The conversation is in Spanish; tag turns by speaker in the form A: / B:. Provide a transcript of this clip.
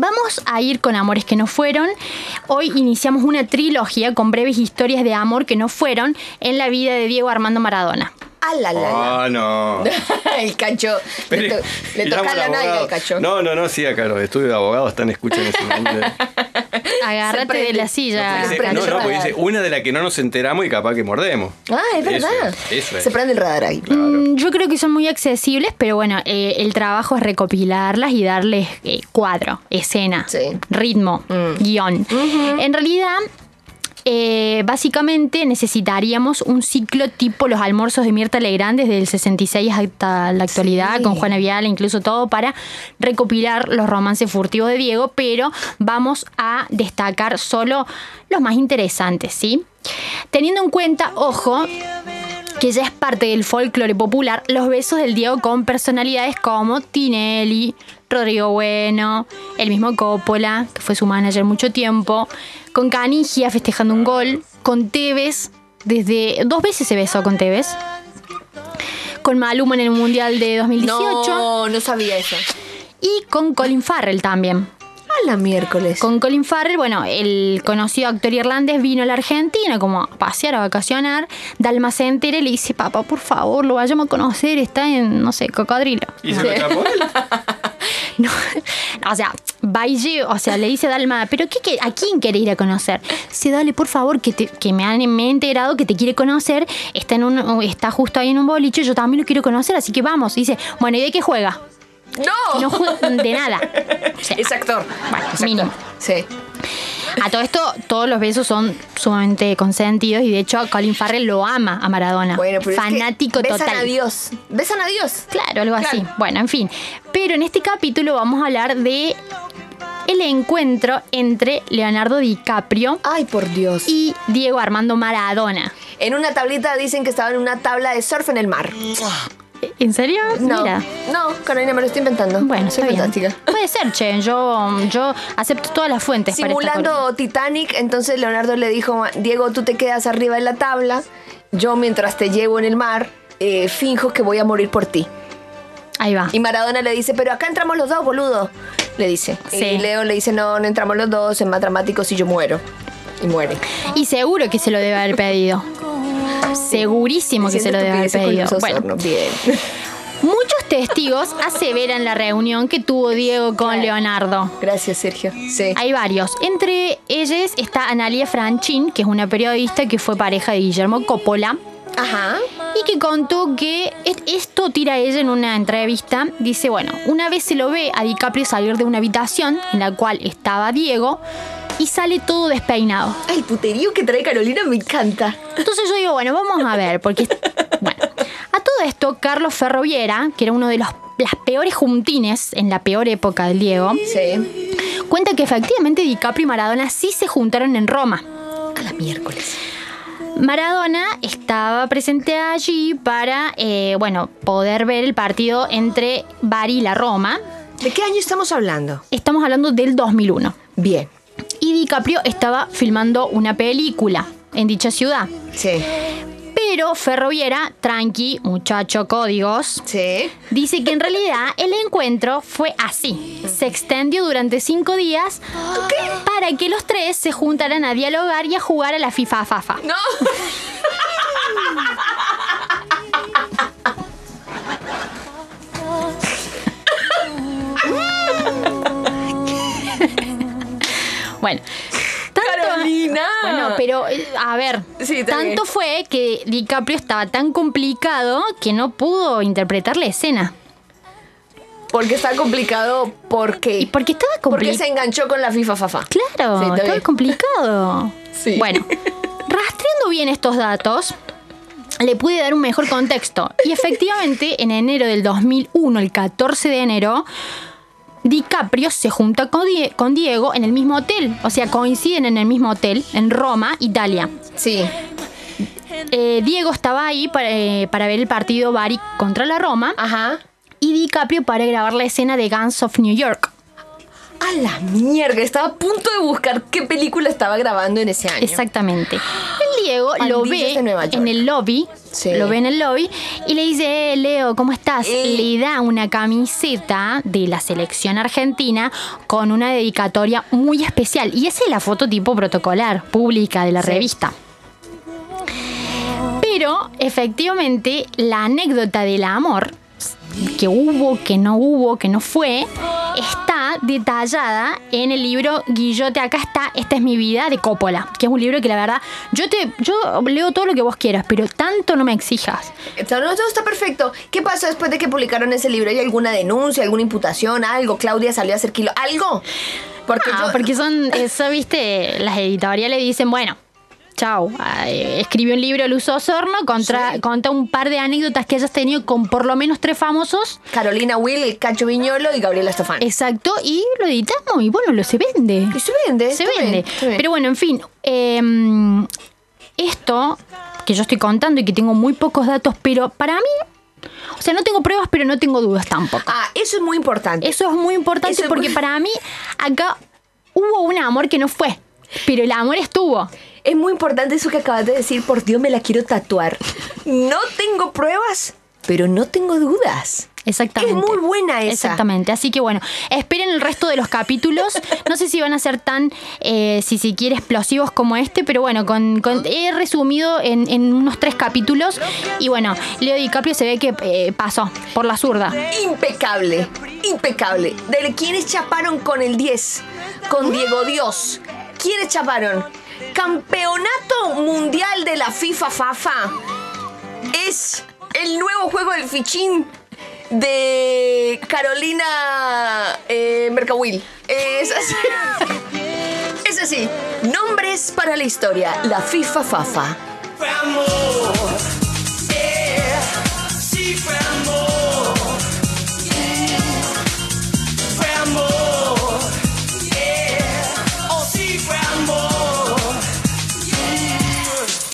A: Vamos a ir con Amores que no fueron. Hoy iniciamos una trilogía con breves historias de amor que no fueron en la vida de Diego Armando Maradona.
B: Ah, la, la, la.
C: Ah, no.
B: el cacho. Le, to- le
C: Llamo
B: toca
C: al
B: la nalga
C: abogado.
B: al cacho.
C: No, no, no, sí, acá los estudios de abogados están escuchando ese nombre.
B: Se
A: Agárrate
B: prende.
A: de la silla.
B: No,
C: Dice,
B: prende
C: no,
B: el
C: no, porque
B: radar.
C: dice una de la que no nos enteramos y capaz que mordemos.
B: Ah, es
C: Eso
B: verdad.
C: es, Eso es.
B: Se prende el radar ahí.
C: Claro.
A: Mm, Yo creo que son muy accesibles, pero bueno, eh, el trabajo es recopilarlas y darles eh, cuadro, escena,
B: Sí. Mm.
A: ritmo, guión. En realidad, eh, básicamente necesitaríamos un ciclo tipo los almuerzos de Mirta Legrand desde el 66 hasta la actualidad,
B: Sí.
A: con Juana Vial, incluso todo, para recopilar los romances furtivos de Diego, pero vamos a destacar solo los más interesantes, ¿sí? Teniendo en cuenta, ojo, que ya es parte del folclore popular, los besos del Diego con personalidades como Tinelli, Rodrigo Bueno, el mismo Coppola, que fue su manager mucho tiempo, con Canigia festejando un gol, con Tevez, desde dos veces se besó con Tevez, con Maluma en el Mundial de 2018
B: No, no sabía eso.
A: y con Colin Farrell también.
B: A la miércoles.
A: Con Colin Farrell, bueno, el conocido actor irlandés vino a la Argentina como a pasear, a vacacionar. Dalma se entera y le dice, papá, por favor, lo vayamos a conocer, está en, no sé, Cocodrilo.
C: ¿Y se lo tapó él?
A: No, o sea, va y lle- o sea, le dice a Dalma, pero qué, qué- ¿a quién quiere ir a conocer? Dice, dale, por favor, que, te- que me, han, me he enterado que te quiere conocer, está, en un, está justo ahí en un boliche, yo también lo quiero conocer, así que vamos. Y dice, bueno, ¿y de qué juega?
B: ¡No!
A: No juega de nada. O sea,
B: Es actor.
A: Bueno,
B: Es actor.
A: mínimo.
B: Sí.
A: A todo esto, todos los besos son sumamente consentidos y de hecho Colin Farrell lo ama a Maradona.
B: Bueno, pero es que
A: Fanático
B: Besan a
A: total.
B: Dios. Besan a Dios.
A: Claro, algo así.
B: Claro.
A: Bueno, en fin. Pero en este capítulo vamos a hablar de el encuentro entre Leonardo DiCaprio
B: Ay, por Dios. Y
A: y Diego Armando Maradona.
B: en una tablita dicen que estaba en una tabla de surf en el mar.
A: ¿En serio?
B: No.
A: Mira.
B: No, Carolina, me lo estoy inventando.
A: Bueno, está
B: soy
A: bien.
B: fantástica.
A: Puede ser, che. Yo, yo acepto todas las fuentes. para esta columna.
B: Simulando Titanic, entonces Leonardo le dijo, Diego, tú te quedas arriba en la tabla, yo mientras te llevo en el mar, eh, finjo que voy a morir por ti.
A: Ahí va.
B: Y Maradona le dice, pero acá entramos los dos, boludo, le dice.
A: Sí.
B: Y Leo le dice, no, no entramos los dos, es más dramático si yo muero. Y muere.
A: Y seguro que se lo debe haber pedido. Segurísimo que se lo
B: Diciendo
A: debe haber
B: estupideces con
A: pedido.
B: los
A: Bueno,
B: osornos. Bien.
A: Muchos testigos aseveran la reunión que tuvo Diego con Leonardo.
B: Gracias, Sergio. Sí.
A: Hay varios. Entre ellas está Analia Franchín, que es una periodista que fue pareja de Guillermo Coppola
B: Ajá.
A: y que contó que es- esto tira ella en una entrevista. Dice, bueno, una vez se lo ve a DiCaprio salir de una habitación en la cual estaba Diego y sale todo despeinado.
B: Ay, el puterío que trae Carolina me encanta.
A: Entonces yo digo, bueno, vamos a ver, porque, bueno, a todo esto, Carlos Ferroviera, que era uno de los las peores juntines en la peor época del Diego,
B: Sí.
A: cuenta que efectivamente DiCaprio y Maradona sí se juntaron en Roma.
B: A la miércoles.
A: Maradona estaba presente allí para, eh, bueno, poder ver el partido entre Bari y la Roma.
B: ¿De qué año estamos hablando?
A: Estamos hablando del 2001.
B: Bien.
A: Y DiCaprio estaba filmando una película en dicha ciudad.
B: Sí.
A: Pero Ferroviera, tranqui, muchacho, códigos,
B: Sí.
A: Dice que en realidad el encuentro fue así. Se extendió durante cinco días para que los tres se juntaran a dialogar y a jugar a la FIFA Fafa.
B: No.
A: Bueno. tanto-
B: Carolina.
A: Bueno, pero eh, a ver,
B: Sí, está
A: tanto
B: bien.
A: fue que DiCaprio estaba tan complicado que no pudo interpretar la escena.
B: Porque está complicado
A: Y
B: porque.
A: porque estaba
B: Porque
A: complicado.
B: se enganchó con la FIFA Fafa.
A: Claro,
B: Sí, está
A: todo
B: bien.
A: es complicado.
B: Sí.
A: Bueno, rastreando bien estos datos, le pude dar un mejor contexto. Y efectivamente, en enero del 2001, el 14 de enero, DiCaprio se junta con, Die- con Diego en el mismo hotel. O sea, coinciden en el mismo hotel, en Roma, Italia.
B: Sí.
A: Eh, Diego estaba ahí para, eh, para ver el partido Bari contra la Roma
B: Ajá.
A: y DiCaprio para grabar la escena de Guns of New York.
B: A la mierda. Estaba a punto de buscar qué película estaba grabando en ese año.
A: Exactamente. El Diego lo
B: Pandillas de Nueva
A: ve
B: York.
A: en el lobby
B: Sí.
A: Lo ve en el lobby y le dice, "Eh, Leo, ¿cómo estás?
B: Eh.
A: Le da una camiseta de la selección argentina con una dedicatoria muy especial. Y esa es la foto tipo protocolar, pública de la
B: Sí.
A: revista. Pero efectivamente la anécdota del amor, que hubo, que no hubo, que no fue, está detallada en el libro Guillote, acá está, esta es mi vida de Coppola, que es un libro que la verdad, yo te yo leo todo lo que vos quieras, pero tanto no me exijas.
B: Está, no, todo está perfecto. ¿Qué pasó después de que publicaron ese libro? ¿Hay alguna denuncia, alguna imputación, algo? ¿Claudia salió a hacer kilo? ¿Algo? Porque
A: No,
B: yo-
A: Ah, porque son, eso, viste, las editoriales dicen, bueno, chau, ay, escribe un libro Luz Osorno, contra,
B: Sí.
A: conta un par de anécdotas que hayas tenido con por lo menos tres famosos.
B: Carolina Will, el Cacho Viñolo y Gabriela Estefan.
A: Exacto, y lo editamos y bueno, lo se vende.
B: Y se vende.
A: Se
B: está bien,
A: vende.
B: está bien.
A: Pero bueno, en fin, eh, esto que yo estoy contando y que tengo muy pocos datos, pero para mí, o sea, no tengo pruebas, pero no tengo dudas tampoco.
B: Ah, eso es muy importante.
A: Eso es muy importante
B: Eso es
A: porque
B: muy-
A: para mí acá hubo un amor que no fue, pero el amor estuvo.
B: Es muy importante eso que acabas de decir. Por Dios, me la quiero tatuar. No tengo pruebas, pero no tengo dudas.
A: Exactamente.
B: Es muy buena esa.
A: Exactamente. Así que bueno, esperen el resto de los capítulos. No sé si van a ser tan, eh, si se quiere, explosivos como este, pero bueno, con, con- he resumido en, en unos tres capítulos. Y bueno, Leo DiCaprio se ve que eh, pasó por la zurda.
B: Impecable, impecable. De quienes chaparon con el 10, con Diego Dios. ¿Quiénes chaparon? Campeonato Mundial de la FIFA Fafa. Es el nuevo juego del fichín de Carolina eh, Mercawil. Es así. Es así. Nombres para la historia. La FIFA Fafa.
D: Vamos